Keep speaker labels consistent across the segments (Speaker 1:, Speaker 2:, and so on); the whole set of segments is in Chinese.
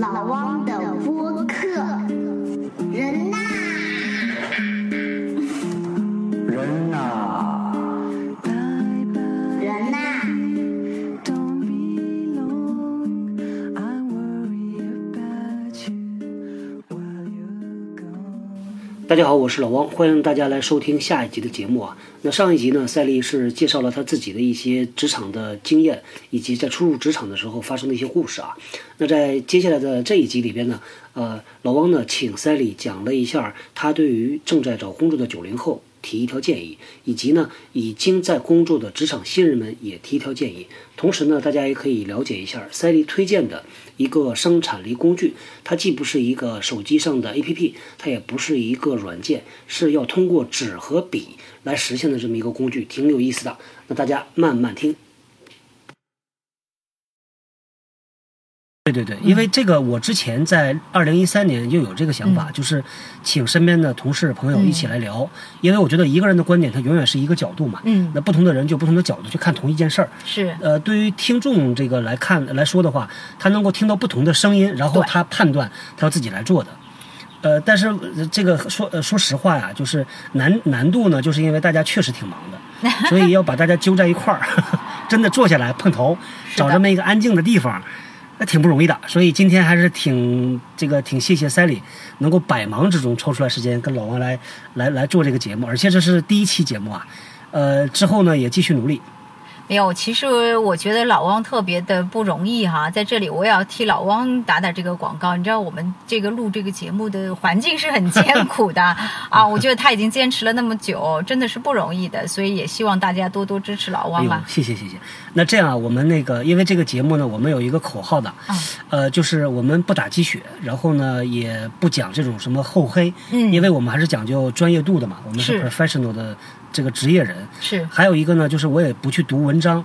Speaker 1: 老汪的播客。人呐，
Speaker 2: 人呐，
Speaker 1: 人呐，
Speaker 3: Don't be long. I worry about you while you're gone.
Speaker 4: 大家好，我是老汪，欢迎大家来收听下一集的节目啊。那上一集呢，赛丽是介绍了她自己的一些职场的经验，以及在初入职场的时候发生的一些故事啊。那在接下来的这一集里边呢，呃，老汪呢请赛丽讲了一下他对于正在找工作的九零后提一条建议，以及呢已经在工作的职场新人们也提一条建议。同时呢，大家也可以了解一下赛丽推荐的一个生产力工具，它既不是一个手机上的 APP，它也不是一个软件，是要通过纸和笔来实现的这么一个工具，挺有意思的。那大家慢慢听。对对对，因为这个，我之前在二零一三年就有这个想法，就是请身边的同事朋友一起来聊，因为我觉得一个人的观点，他永远是一个角度嘛，
Speaker 5: 嗯
Speaker 4: 那不同的人就不同的角度去看同一件事儿，
Speaker 5: 是
Speaker 4: 呃，对于听众这个来看来说的话，他能够听到不同的声音，然后
Speaker 5: 对
Speaker 4: 他判断他要自己来做的。呃，但是呃这个说呃 说实话呀，就是难难度呢，就是因为大家确实挺忙的，所以要把大家揪在一块儿， 真的坐下来碰头，找
Speaker 5: 的
Speaker 4: 这么一个安静的地方，那挺不容易的。所以今天还是挺这个挺谢谢 Sally 能够百忙之中抽出来时间跟老王来来来做这个节目，而且这是第一期节目啊，呃，之后呢也继续努力。
Speaker 5: 没有。哎其实我觉得老汪特别的不容易哈，在这里我也要替老汪打打这个广告。你知道我们这个录这个节目的环境是很艰苦的啊，我觉得他已经坚持了那么久，真的是不容易的，所以也希望大家多多支持老
Speaker 4: 哎
Speaker 5: 汪啊
Speaker 4: 呦
Speaker 5: 吧，。
Speaker 4: 谢谢谢谢。那这样啊，我们那个，因为这个节目呢，我们有一个口号的，
Speaker 5: 嗯
Speaker 4: 呃，就是我们不打鸡血，然后呢，也不讲这种什么厚黑，
Speaker 5: 嗯
Speaker 4: 因为我们还是讲究专业度的嘛，我们是
Speaker 5: 是
Speaker 4: professional 的这个职业人。
Speaker 5: 是
Speaker 4: 还有一个呢，就是我也不去读文章。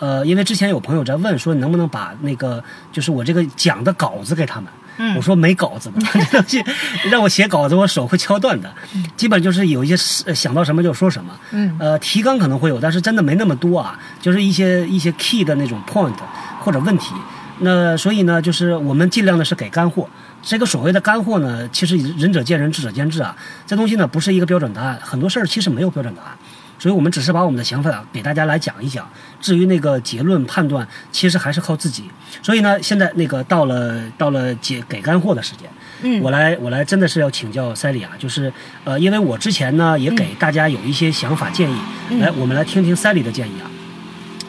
Speaker 4: 呃，因为之前有朋友在问说，能不能把那个就是我这个讲的稿子给他们？
Speaker 5: 嗯
Speaker 4: 我说没稿 子的，这东西让我写稿子，我手会敲断的。基本就是有一些呃想到什么就说什么。
Speaker 5: 嗯
Speaker 4: 呃，提纲可能会有，但是真的没那么多啊，就是一些一些 key 的那种 point 或者问题。那所以呢，就是我们尽量的是给干货。这个所谓的干货呢，其实仁者见仁，智者见智啊。这东西呢，不是一个标准答案，很多事儿其实没有标准答案。所以我们只是把我们的想法给大家来讲一讲。至于那个结论判断，其实还是靠自己。所以呢，现在那个到了到了解给干货的时间，
Speaker 5: 嗯
Speaker 4: 我来我来真的是要请教塞里啊，就是呃，因为我之前呢也给大家有一些想法建议，来我们来听听塞里的建议啊。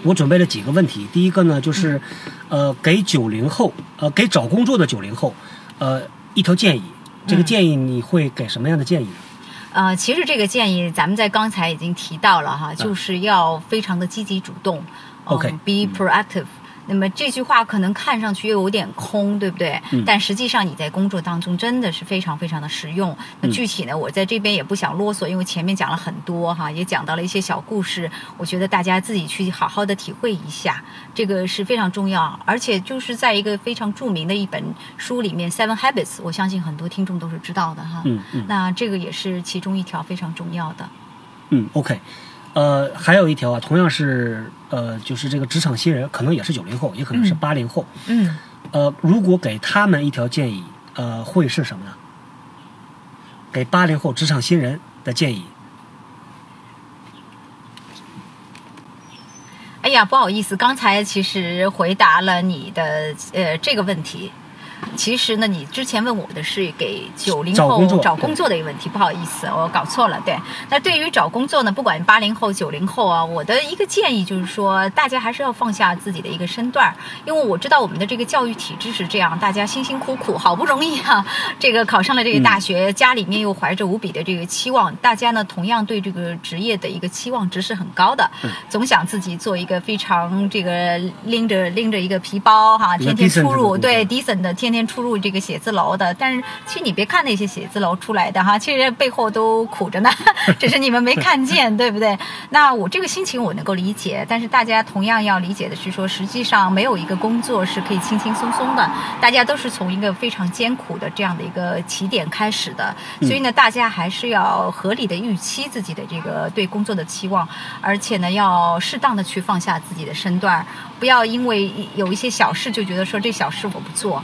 Speaker 4: 我准备了几个问题，第一个呢就是，呃，给九零后，呃，给找工作的九零后，呃，一条建议。这个建议你会给什么样的建议？
Speaker 5: 呃，其实这个建议咱们在刚才已经提到了哈，就是要非常的积极主动、嗯
Speaker 4: OK，
Speaker 5: be proactive。那么这句话可能看上去又有点空，对不对？但实际上你在工作当中真的是非常非常的实用。那具体呢，我在这边也不想啰嗦，因为前面讲了很多哈，也讲到了一些小故事，我觉得大家自己去好好的体会一下，这个是非常重要。而且就是在一个非常著名的一本书里面，《Seven Habits》，我相信很多听众都是知道的哈。
Speaker 4: 嗯嗯
Speaker 5: 那这个也是其中一条非常重要的。
Speaker 4: 嗯，OK，呃，还有一条啊，同样是呃，就是这个职场新人，可能也是九零后，也可能是八零后，
Speaker 5: 嗯，
Speaker 4: 呃，如果给他们一条建议，呃，会是什么呢？给八零后职场新人的建议，
Speaker 5: 哎呀，不好意思，刚才其实回答了你的呃这个问题。其实呢，你之前问我的是给九零
Speaker 4: 找
Speaker 5: 后
Speaker 4: 工作
Speaker 5: 找工作的一个问题，不好意思，我搞错了。对，那对于找工作呢，不管八零后、九零后啊，我的一个建议就是说，大家还是要放下自己的一个身段儿，因为我知道我们的这个教育体制是这样，大家辛辛苦苦，好不容易啊， 这个考上了这个大学，家里面又怀着无比的这个期望，大家呢同样对这个职业的一个期望值是很高的，总想自己做一个非常这个拎着拎着一个皮包哈，
Speaker 4: 一
Speaker 5: 天
Speaker 4: 个
Speaker 5: 啊天
Speaker 4: decent 的
Speaker 5: 出入
Speaker 4: 工作
Speaker 5: 对 decent 的天天出入这个写字楼的，但是其实你别看那些写字楼出来的哈，其实背后都苦着呢， 只是你们没看见，对不对？那我这个心情我能够理解，但是大家同样要理解的是说，实际上没有一个工作是可以轻轻松松的，大家都是从一个非常艰苦的这样的一个起点开始的，所以呢，大家还是要合理的预期自己的这个对工作的期望，而且呢，要适当的去放下自己的身段儿，不要因为有一些小事就觉得说这小事我不做。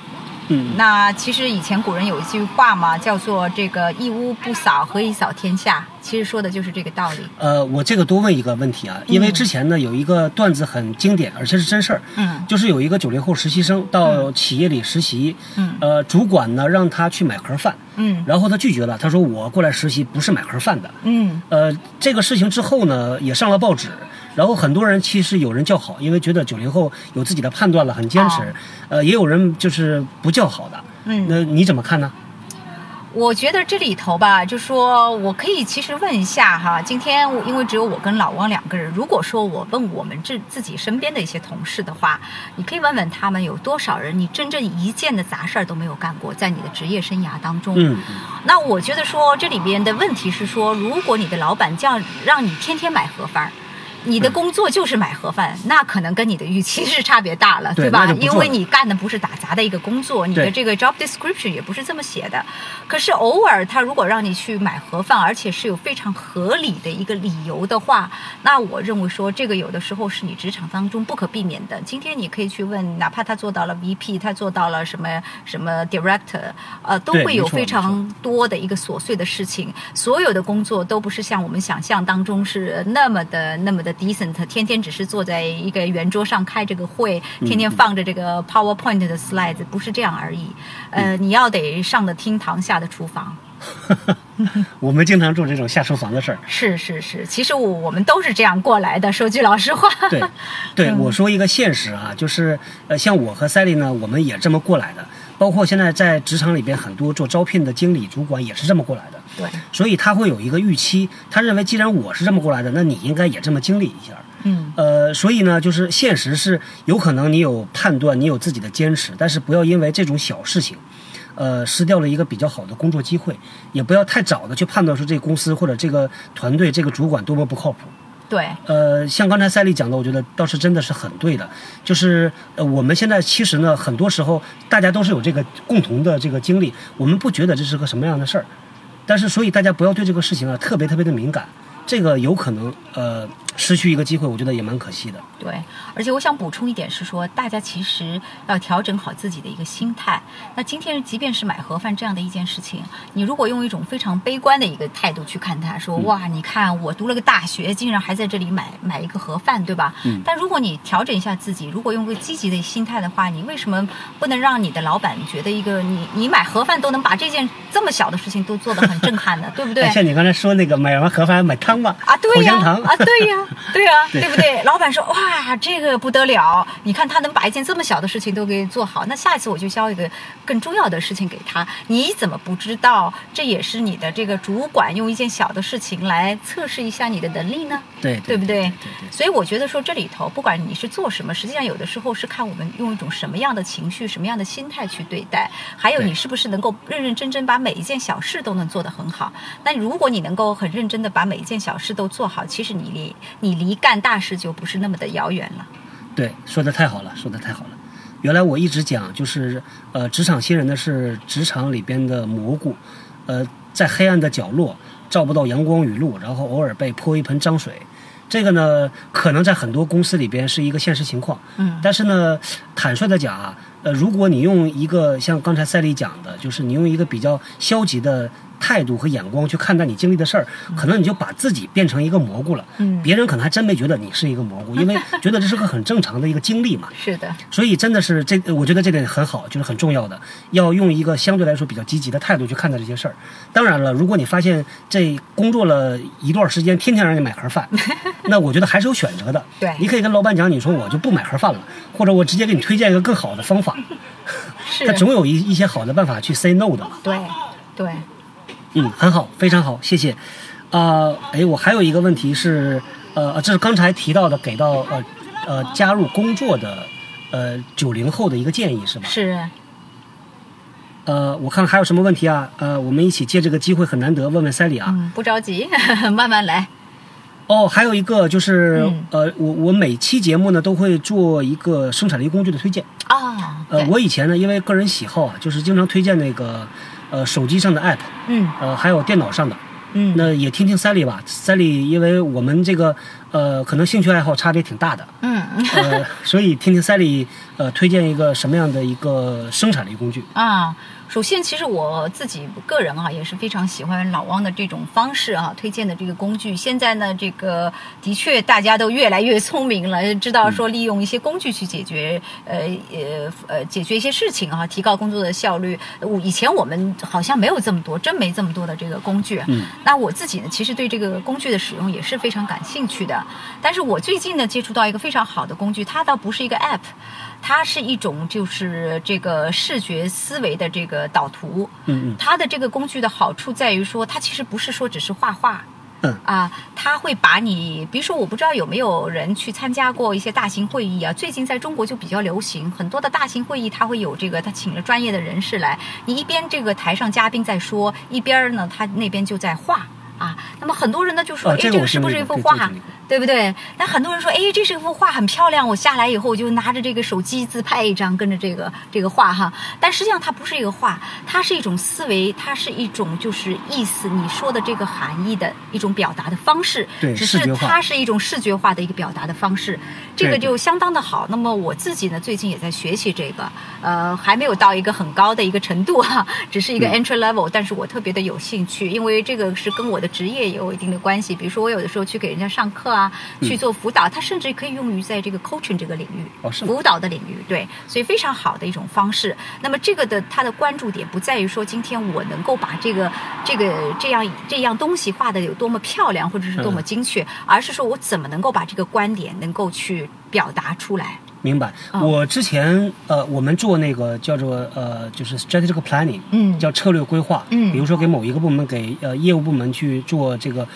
Speaker 4: 嗯
Speaker 5: 那其实以前古人有一句话嘛，叫做“这个一屋不扫，何以扫天下”，其实说的就是这个道理。
Speaker 4: 呃，我这个多问一个问题啊，因为之前呢有一个段子很经典，而且是真事儿，
Speaker 5: 嗯
Speaker 4: 就是有一个九零后实习生到企业里实习，
Speaker 5: 嗯
Speaker 4: 呃，主管呢让他去买盒饭，
Speaker 5: 嗯
Speaker 4: 然后他拒绝了，他说我过来实习不是买盒饭的，
Speaker 5: 嗯
Speaker 4: 呃，这个事情之后呢也上了报纸。然后很多人其实有人叫好，因为觉得九零后有自己的判断了，很坚持。
Speaker 5: 哦
Speaker 4: 呃，也有人就是不叫好的。
Speaker 5: 嗯，
Speaker 4: 那你怎么看呢？
Speaker 5: 我觉得这里头吧，就说我可以其实问一下哈，今天我因为只有我跟老汪两个人，如果说我问我们这自己身边的一些同事的话，你可以问问他们有多少人你真正一件的杂事儿都没有干过，在你的职业生涯当中。
Speaker 4: 嗯，
Speaker 5: 那我觉得说这里边的问题是说，如果你的老板叫让你天天买盒饭。你的工作就是买盒饭，那可能跟你的预期是差别大了，
Speaker 4: 对
Speaker 5: 吧
Speaker 4: 那就？不
Speaker 5: 因
Speaker 4: 做
Speaker 5: 为
Speaker 4: 了
Speaker 5: 你干的不是打杂的一个工作，你的
Speaker 4: 对
Speaker 5: 这个 job description 也不是这么写的。可是偶尔他如果让你去买盒饭，而且是有非常合理的一个理由的话，那我认为说这个有的时候是你职场当中不可避免的。今天你可以去问，哪怕他做到了 VP，他做到了什么什么 director，呃，都
Speaker 4: 对
Speaker 5: 会有
Speaker 4: 没错
Speaker 5: 非常多的一个琐碎的事情。所有的工作都不是像我们想象当中是那么的那么的 decent，天天只是坐在一个圆桌上开这个会，
Speaker 4: 嗯
Speaker 5: 天天放着这个 PowerPoint 的 slides，不是这样而已。
Speaker 4: 嗯
Speaker 5: 呃，你要得上的厅堂，下的厨房。
Speaker 4: 我们经常做这种下厨房的 事儿。
Speaker 5: 是是是，其实我我们都是这样过来的。说句老实话，
Speaker 4: 对，对，我说一个现实啊，就是呃，像我和 Sally 呢，我们也这么过来的，包括现在在职场里边很多做招聘的经理、主管也是这么过来的，
Speaker 5: 对，
Speaker 4: 所以他会有一个预期，他认为既然我是这么过来的，那你应该也这么经历一下。
Speaker 5: 嗯
Speaker 4: 呃，所以呢，就是现实是有可能你有判断，你有自己的坚持，但是不要因为这种小事情，呃，失掉了一个比较好的工作机会，也不要太早的去判断说这公司或者这个团队、这个主管多么不靠谱。
Speaker 5: 对，
Speaker 4: 呃，像刚才赛丽讲的，我觉得倒是真的是很对的。就是呃，我们现在其实呢，很多时候大家都是有这个共同的这个经历，我们不觉得这是个什么样的事儿，但是所以大家不要对这个事情啊特别特别的敏感，这个有可能呃失去一个机会，我觉得也蛮可惜的。
Speaker 5: 对，而且我想补充一点是说，大家其实要调整好自己的一个心态。那今天即便是买盒饭这样的一件事情，你如果用一种非常悲观的一个态度去看它，说
Speaker 4: 嗯
Speaker 5: 哇，你看我读了个大学，竟然还在这里买买一个盒饭，对吧？嗯。但如果你调整一下自己，如果用个积极的心态的话，你为什么不能让你的老板觉得一个你你买盒饭都能把这件这么小的事情都做得很震撼呢？对不对？
Speaker 4: 哎像你刚才说那个买完盒饭买汤吧，
Speaker 5: 啊，对
Speaker 4: 口
Speaker 5: 呀、
Speaker 4: 香糖
Speaker 5: 啊，对呀、对呀、
Speaker 4: 对
Speaker 5: 对不对？老板说哇，这个不得了，你看他能把一件这么小的事情都给做好，那下一次我就交一个更重要的事情给他。你怎么不知道？这也是你的这个主管用一件小的事情来测试一下你的能力呢，
Speaker 4: 对
Speaker 5: 对不
Speaker 4: 对？
Speaker 5: 对？
Speaker 4: 对
Speaker 5: 所以我觉得说这里头，不管你是做什么，实际上有的时候是看我们用一种什么样的情绪、什么样的心态去对待，还有
Speaker 4: 对
Speaker 5: 你是不是能够认认真真把每一件小事都能做得很好。那如果你能够很认真的把每一件小事都做好，其实你离你离干大事就不是那么的遥远了。
Speaker 4: 对，说的太好了，说的太好了。原来我一直讲，就是呃，职场新人呢是职场里边的蘑菇，呃，在黑暗的角落照不到阳光雨露，然后偶尔被泼一盆脏水。这个呢，可能在很多公司里边是一个现实情况。
Speaker 5: 嗯
Speaker 4: 但是呢，坦率的讲啊，呃，如果你用一个像刚才赛丽讲的，就是你用一个比较消极的态度和眼光去看待你经历的事儿，可能你就把自己变成一个蘑菇了。
Speaker 5: 嗯
Speaker 4: 别人可能还真没觉得你是一个蘑菇，因为觉得这是个很正常的一个经历嘛。
Speaker 5: 是的，
Speaker 4: 所以真的是这，我觉得这点很好，就是很重要的，要用一个相对来说比较积极的态度去看待这些事儿。当然了，如果你发现这工作了一段时间，天天让你买盒饭，那我觉得还是有选择的。
Speaker 5: 对
Speaker 4: 你可以跟老板讲，你说我就不买盒饭了，或者我直接给你推荐一个更好的方法。
Speaker 5: 是
Speaker 4: 他，总有一一些好的办法去 say no 的嘛。
Speaker 5: 对，对，
Speaker 4: 嗯，很好，非常好，谢谢。啊、哎，我还有一个问题是，呃，这是刚才提到的，给到呃呃加入工作的呃九零后的一个建议是吧？
Speaker 5: 是。
Speaker 4: 呃，我看还有什么问题啊？呃，我们一起借这个机会很难得问问赛里啊。
Speaker 5: 嗯，不着急， 慢慢来。
Speaker 4: 哦，还有一个就是，
Speaker 5: 嗯
Speaker 4: 呃，我我每期节目呢都会做一个生产力工具的推荐。
Speaker 5: 啊、
Speaker 4: 呃，
Speaker 5: 对
Speaker 4: 我以前呢因为个人喜好啊，就是经常推荐那个呃手机上的 app，
Speaker 5: 嗯
Speaker 4: 呃还有电脑上的。
Speaker 5: 嗯
Speaker 4: 那也听听 Sally 吧，Sally，因为我们这个呃，可能兴趣爱好差别挺大 的。
Speaker 5: 嗯嗯
Speaker 4: 呃，所以听听赛丽呃推荐一个什么样的一个生产力工具？
Speaker 5: 啊，首先，其实我自己个人啊也是非常喜欢老汪的这种方式啊，推荐的这个工具。现在呢，这个的确大家都越来越聪明了，知道说利用一些工具去解决、呃呃呃解决一些事情啊，提高工作的效率。呃我以前我们好像没有这么多，真没这么多的这个工具。
Speaker 4: 嗯，
Speaker 5: 那我自己呢，其实对这个工具的使用也是非常感兴趣的。但是我最近呢，接触到一个非常好的工具，它倒不是一个 app。它是一种就是这个视觉思维的这个导图，
Speaker 4: 嗯嗯
Speaker 5: 它的这个工具的好处在于说，它其实不是说只是画画。
Speaker 4: 嗯
Speaker 5: 啊，它会把你，比如说，我不知道有没有人去参加过一些大型会议啊。最近在中国就比较流行，很多的大型会议它会有这个，他请了专业的人士来，你一边这个台上嘉宾在说，一边呢他那边就在画啊。那么很多人呢就说，
Speaker 4: 啊
Speaker 5: 哎、
Speaker 4: 这个
Speaker 5: 这
Speaker 4: 我
Speaker 5: 个是
Speaker 4: 经
Speaker 5: 不
Speaker 4: 历
Speaker 5: 是一
Speaker 4: 过
Speaker 5: 幅
Speaker 4: 对这
Speaker 5: 画
Speaker 4: 个经历过？
Speaker 5: 对不对？那很多人说，哎，这是幅画很漂亮，我下来以后我就拿着这个手机自拍一张，跟着这个这个画哈。但实际上它不是一个画，它是一种思维，它是一种就是意思，你说的这个含义的一种表达的方式。
Speaker 4: 对
Speaker 5: 只
Speaker 4: 视
Speaker 5: 是
Speaker 4: 觉化
Speaker 5: 它是一种视觉化的一个表达的方式，这个
Speaker 4: 对对
Speaker 5: 就相当的好。那么我自己呢，最近也在学习这个，呃，还没有到一个很高的一个程度哈、 只是一
Speaker 4: 嗯
Speaker 5: 个 entry level，、但是我特别的有兴趣，因为这个是跟我的职业也有一定的关系。比如说我有的时候去给人家上课啊，
Speaker 4: 嗯
Speaker 5: 去做辅导，它甚至可以用于在这个 coaching 这个领域，
Speaker 4: 哦是吗
Speaker 5: 辅导的领域，对，所以非常好的一种方式。那么这个的它的关注点不在于说今天我能够把这个这个这样这样东西画的有多么漂亮，或者是多么精
Speaker 4: 嗯
Speaker 5: 确，而是说我怎么能够把这个观点能够去表达出来。
Speaker 4: 明白。
Speaker 5: 嗯
Speaker 4: 我之前呃，我们做那个叫做呃，就是 strategic planning，
Speaker 5: 嗯
Speaker 4: 叫策略规划。
Speaker 5: 嗯
Speaker 4: 比如说给某一个部门给呃业务部门去做这个，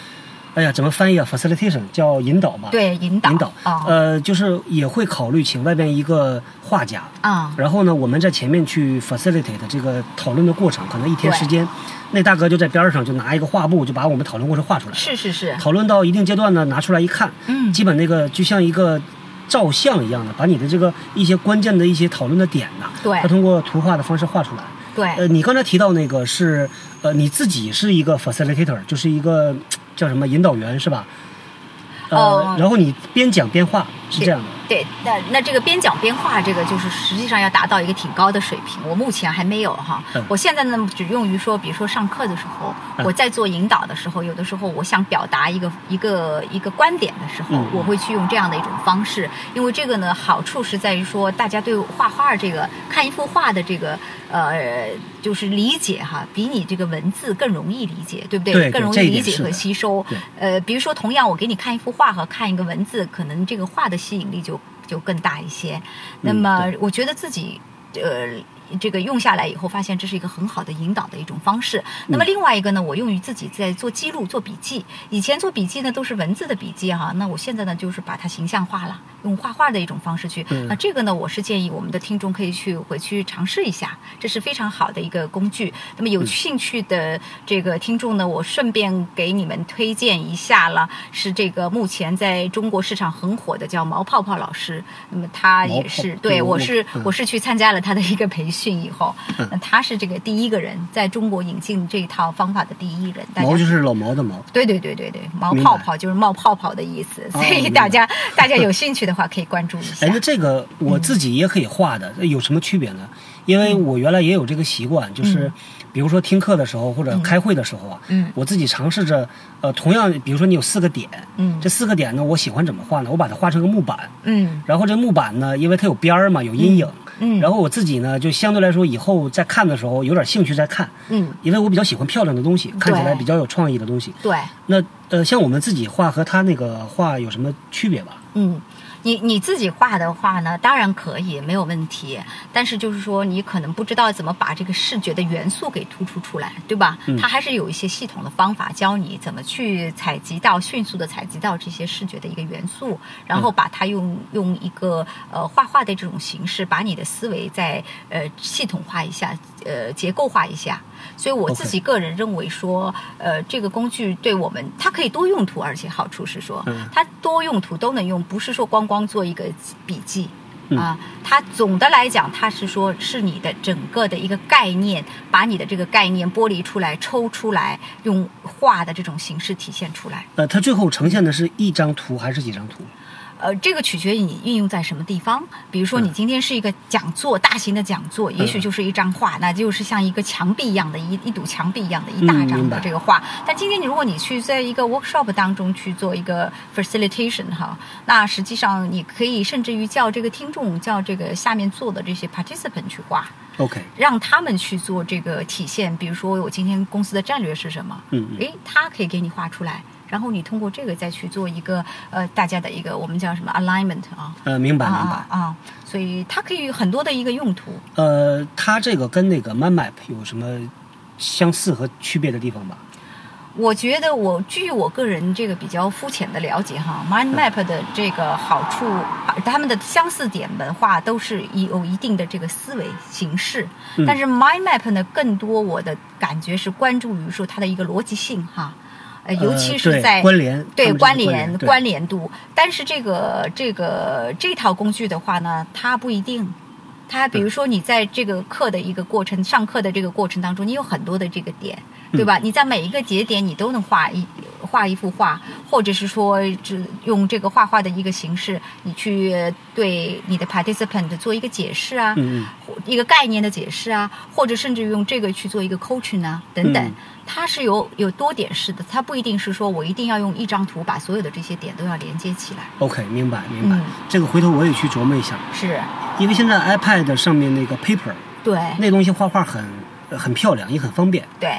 Speaker 4: 哎呀，怎么翻译啊？facilitation 叫引导吧？，
Speaker 5: 对，引导，
Speaker 4: 引导。
Speaker 5: 啊、
Speaker 4: 呃，就是也会考虑请外边一个画家。
Speaker 5: 啊、
Speaker 4: 然后呢，我们在前面去 facilitate 这个讨论的过程，可能一天时间，那大哥就在边儿上就拿一个画布就把我们讨论过程画出来了。
Speaker 5: 是是是，
Speaker 4: 讨论到一定阶段呢，拿出来一看，
Speaker 5: 嗯
Speaker 4: 基本那个就像一个照相一样的，把你的这个一些关键的一些讨论的点呐、
Speaker 5: 对
Speaker 4: 它通过图画的方式画出来。
Speaker 5: 对，
Speaker 4: 呃，你刚才提到那个是，呃，你自己是一个 facilitator，就是一个叫什么引导员是吧？呃，
Speaker 5: 哦
Speaker 4: 然后你边讲边画是这样的。
Speaker 5: 对，那那这个边讲边画，这个就是实际上要达到一个挺高的水平，我目前还没有哈。
Speaker 4: 嗯
Speaker 5: 我现在呢，只用于说，比如说上课的时候，
Speaker 4: 嗯
Speaker 5: 我在做引导的时候，有的时候我想表达一个一个一个观点的时候，
Speaker 4: 嗯
Speaker 5: 我会去用这样的一种方式，因为这个呢，好处是在于说，大家对画画这个看一幅画的这个呃，就是理解哈，比你这个文字更容易理解，对不对？
Speaker 4: 对对
Speaker 5: 更容易
Speaker 4: 这一
Speaker 5: 理
Speaker 4: 点
Speaker 5: 解
Speaker 4: 是
Speaker 5: 和
Speaker 4: 的
Speaker 5: 吸收
Speaker 4: 对。
Speaker 5: 呃，比如说，同样我给你看一幅画和看一个文字，可能这个画的吸引力就就更大一些。那么，我觉得自己呃。这个用下来以后，发现这是一个很好的引导的一种方式。那么另外一个呢，我用于自己在做记录、做笔记。以前做笔记呢都是文字的笔记哈、那我现在呢就是把它形象化了，用画画的一种方式去。
Speaker 4: 嗯
Speaker 5: 那这个呢，我是建议我们的听众可以去回去尝试一下，这是非常好的一个工具。那么有兴趣的这个听众呢，我顺便给你们推荐一下了，是这个目前在中国市场很火的叫毛泡泡老师。那么他也
Speaker 4: 毛
Speaker 5: 是
Speaker 4: 泡
Speaker 5: 对
Speaker 4: 嗯
Speaker 5: 我
Speaker 4: 我
Speaker 5: 是
Speaker 4: 嗯
Speaker 5: 我是去参加了他的一个培训以后，那他是这个第一个人在中国引进这一套方法的第一人。大家
Speaker 4: 毛就是老毛的毛，
Speaker 5: 对对对对对，毛
Speaker 4: 明白哦
Speaker 5: 泡泡就是冒泡泡的意思，所以
Speaker 4: 明
Speaker 5: 大
Speaker 4: 白
Speaker 5: 家大家有兴趣的话可以关注一下
Speaker 4: 哎，。那这个我
Speaker 5: 嗯
Speaker 4: 自己也可以画的，有什么区别呢？因为我原来也有这个习惯，就是比如说听课的时候或者开会的时候啊，
Speaker 5: 嗯
Speaker 4: 我自己尝试着，呃，同样，比如说你有四个点，
Speaker 5: 嗯
Speaker 4: 这四个点呢，我喜欢怎么画呢？我把它画成个木板，
Speaker 5: 嗯
Speaker 4: 然后这木板呢，因为它有边儿嘛，有阴影，
Speaker 5: 嗯
Speaker 4: 然后我自己呢，就相对来说以后在看的时候有点兴趣在看，
Speaker 5: 嗯，
Speaker 4: 因为我比较喜欢漂亮的东西，看起来比较有创意的东西。
Speaker 5: 对，
Speaker 4: 那呃，像我们自己画和他那个画有什么区别吧？
Speaker 5: 嗯。你你自己画的话呢，当然可以，没有问题。但是就是说，你可能不知道怎么把这个视觉的元素给突出出来，对吧？
Speaker 4: 嗯
Speaker 5: 它还是有一些系统的方法教你怎么去采集到、迅速的采集到这些视觉的一个元素，然后把它用用一个呃画画的这种形式，把你的思维再呃系统化一下，呃结构化一下。所以我
Speaker 4: OK
Speaker 5: 自己个人认为说呃，这个工具对我们它可以多用途，而且好处是说，
Speaker 4: 嗯
Speaker 5: 它多用途都能用，不是说光光做一个笔记。啊、它总的来讲，它是说是你的整个的一个概念，把你的这个概念剥离出来、抽出来，用画的这种形式体现出来。
Speaker 4: 呃，它最后呈现的是一张图还是几张图？
Speaker 5: 呃，这个取决于你运用在什么地方。比如
Speaker 4: 嗯
Speaker 5: 说，你今天是一个讲座，大型的讲座，也许就是一张画，那就是像一个墙壁一样的一一堵墙壁一样的一大
Speaker 4: 嗯
Speaker 5: 张
Speaker 4: 明
Speaker 5: 的
Speaker 4: 白
Speaker 5: 这个画。但今天你如果你去在一个 workshop 当中去做一个 facilitation 哈，那实际上你可以甚至于叫这个听众，叫这个下面坐的这些 participant 去画。
Speaker 4: OK，
Speaker 5: 让他们去做这个体现，比如说我今天公司的战略是什么，
Speaker 4: 嗯嗯
Speaker 5: 诶，他可以给你画出来，然后你通过这个再去做一个呃大家的一个我们叫什么 alignment 啊，
Speaker 4: 呃，明
Speaker 5: 啊
Speaker 4: 白明白。
Speaker 5: 啊啊，所以它可以有很多的一个用途。
Speaker 4: 呃，它这个跟那个 mind map 有什么相似和区别的地方吧？
Speaker 5: 我觉得我据我个人这个比较肤浅的了解哈，mind map 的这个好处，啊他们的相似点文化都是一有一定的这个思维形式，
Speaker 4: 嗯
Speaker 5: 但是 mind map 呢，更多我的感觉是关注于说它的一个逻辑性哈，呃，尤其是
Speaker 4: 对
Speaker 5: 在、
Speaker 4: 关联
Speaker 5: 对
Speaker 4: 他们
Speaker 5: 关
Speaker 4: 这个
Speaker 5: 联
Speaker 4: 对
Speaker 5: 关联度，但是这个这个这套工具的话呢，它不一定。它比如说你在这个课的一个过程，上课的这个过程当中，你有很多的这个点，
Speaker 4: 嗯
Speaker 5: 对吧？你在每一个节点，你都能画一画一幅画，或者是说只用这个画画的一个形式，你去对你的 participant 做一个解释啊，
Speaker 4: 嗯嗯
Speaker 5: 或一个概念的解释啊，或者甚至用这个去做一个 coaching 啊等等。
Speaker 4: 嗯
Speaker 5: 它是有有多点式的，它不一定是说我一定要用一张图把所有的这些点都要连接起来。
Speaker 4: OK，明白明白、
Speaker 5: 嗯
Speaker 4: 这个回头我也去琢磨一下，
Speaker 5: 是，
Speaker 4: 因为现在 iPad 上面那个 Paper
Speaker 5: 对，
Speaker 4: 那东西画画很呃很漂亮，也很方便。
Speaker 5: 对，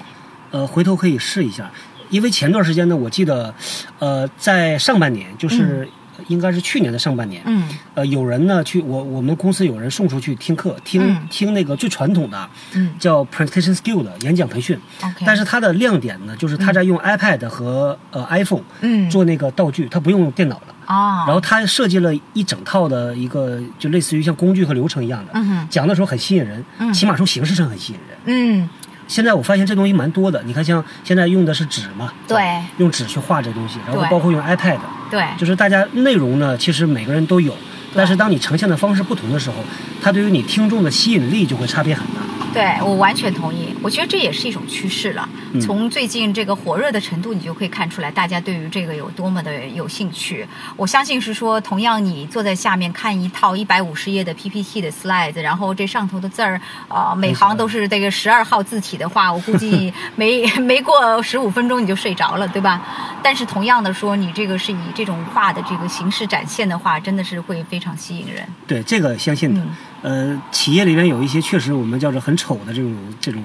Speaker 4: 呃，回头可以试一下，因为前段时间呢，我记得，呃，在上半年，就是、应该是去年的上半年，
Speaker 5: 嗯
Speaker 4: 呃，有人呢去我我们公司有人送出去听课，听、
Speaker 5: 嗯
Speaker 4: 听那个最传统的
Speaker 5: 嗯
Speaker 4: 叫 presentation skill 的演讲培训。
Speaker 5: ，OK。
Speaker 4: 但是它的亮点呢，就是他在用 iPad 和、呃 iPhone
Speaker 5: 嗯
Speaker 4: 做那个道具，他不用电脑了。
Speaker 5: 啊，
Speaker 4: 然后他设计了一整套的一个，就类似于像工具和流程一样的，
Speaker 5: 嗯哼
Speaker 4: 讲的时候很吸引人，
Speaker 5: 嗯
Speaker 4: 起码从形式上很吸引人。
Speaker 5: 嗯，
Speaker 4: 现在我发现这东西蛮多的，你看像现在用的是纸嘛，
Speaker 5: 对
Speaker 4: 用纸去画这东西，然后
Speaker 5: 对
Speaker 4: 包括用 iPad，
Speaker 5: 对，
Speaker 4: 就是大家内容呢，其实每个人都有，但是当你呈现的方式不同的时候，它对于你听众的吸引力就会差别很大。
Speaker 5: 对我完全同意，我觉得这也是一种趋势了。
Speaker 4: 嗯
Speaker 5: 从最近这个火热的程度，你就可以看出来大家对于这个有多么的有兴趣。我相信是说，同样你坐在下面看一套一百五十页的 PPT 的 slide，然后这上头的字儿啊、呃每行都是这个十二号字体的话，我估 计没没过十五分钟你就睡着了，对吧？但是同样的说，你这个是以这种画的这个形式展现的话，真的是会非常吸引人。
Speaker 4: 对，这个相信的。
Speaker 5: 嗯
Speaker 4: 呃，企业里边有一些确实我们叫做很丑的这种这种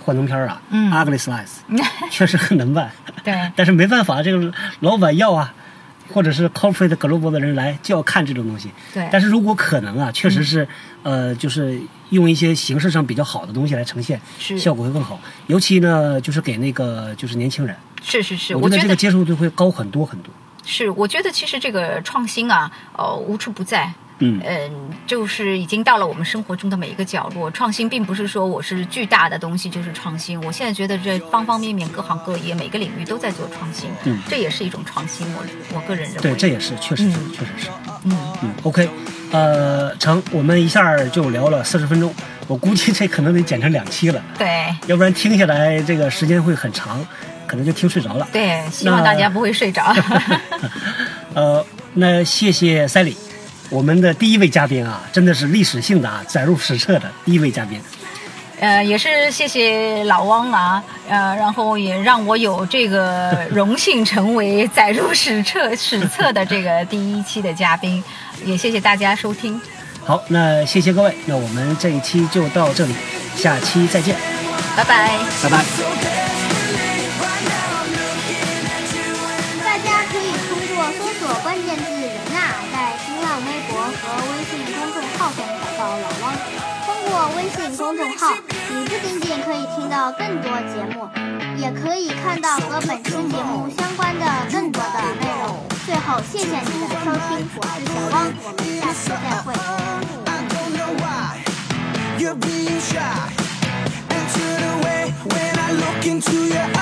Speaker 4: 幻灯片儿啊、
Speaker 5: 嗯
Speaker 4: u g l y slides，确实很难办。
Speaker 5: 对
Speaker 4: 但是没办法，这个老板要啊，或者是 corporate global 的人来就要看这种东西。
Speaker 5: 对嗯
Speaker 4: 但是如果可能啊，确实是，呃，就是用一些形式上比较好的东西来呈现，
Speaker 5: 是
Speaker 4: 效果会更好。尤其呢，就是给那个就是年轻人，
Speaker 5: 是是是，
Speaker 4: 我
Speaker 5: 我觉
Speaker 4: 觉得这
Speaker 5: 得
Speaker 4: 个接受度会高很多很多。
Speaker 5: 是，我觉得其实这个创新啊，呃，无处不在。
Speaker 4: 嗯
Speaker 5: 嗯，就是已经到了我们生活中的每一个角落。创新并不是说我是巨大的东西就是创新，我现在觉得这方方面面、各行各业、每个领域都在做创新，
Speaker 4: 嗯
Speaker 5: 这也是一种创新。我我个人认为，
Speaker 4: 对，这也是，确实是，
Speaker 5: 嗯
Speaker 4: 确实是。
Speaker 5: 嗯，
Speaker 4: 嗯，OK，呃，成，我们一下儿就聊了四十分钟，我估计这可能得剪成两期了，
Speaker 5: 对
Speaker 4: 要不然听下来这个时间会很长，可能就听睡着了。
Speaker 5: 对，希望
Speaker 4: 那
Speaker 5: 大家不会睡着。
Speaker 4: 呃，那谢谢赛里，我们的第一位嘉宾啊，真的是历史性的啊，载入史册的第一位嘉宾。
Speaker 5: 呃，也是谢谢老汪啊，呃，然后也让我有这个荣幸成为载入史册史册的这个第一期的嘉宾，也谢谢大家收听。
Speaker 4: 好，那谢谢各位，那我们这一期就到这里，下期再见，
Speaker 5: 拜拜。
Speaker 4: 拜拜。
Speaker 1: 大家可以通过搜索关键字“人呐”在新浪微博和微信公众号中找到老汪。通过微信公众号，你不仅仅可以听到更多节目，也可以看到和本期节目相关的更多的内容。最后，谢谢你的收听，我是小汪，我们下期再会。
Speaker 6: I don't know why you're being shy. And to the way when I look into your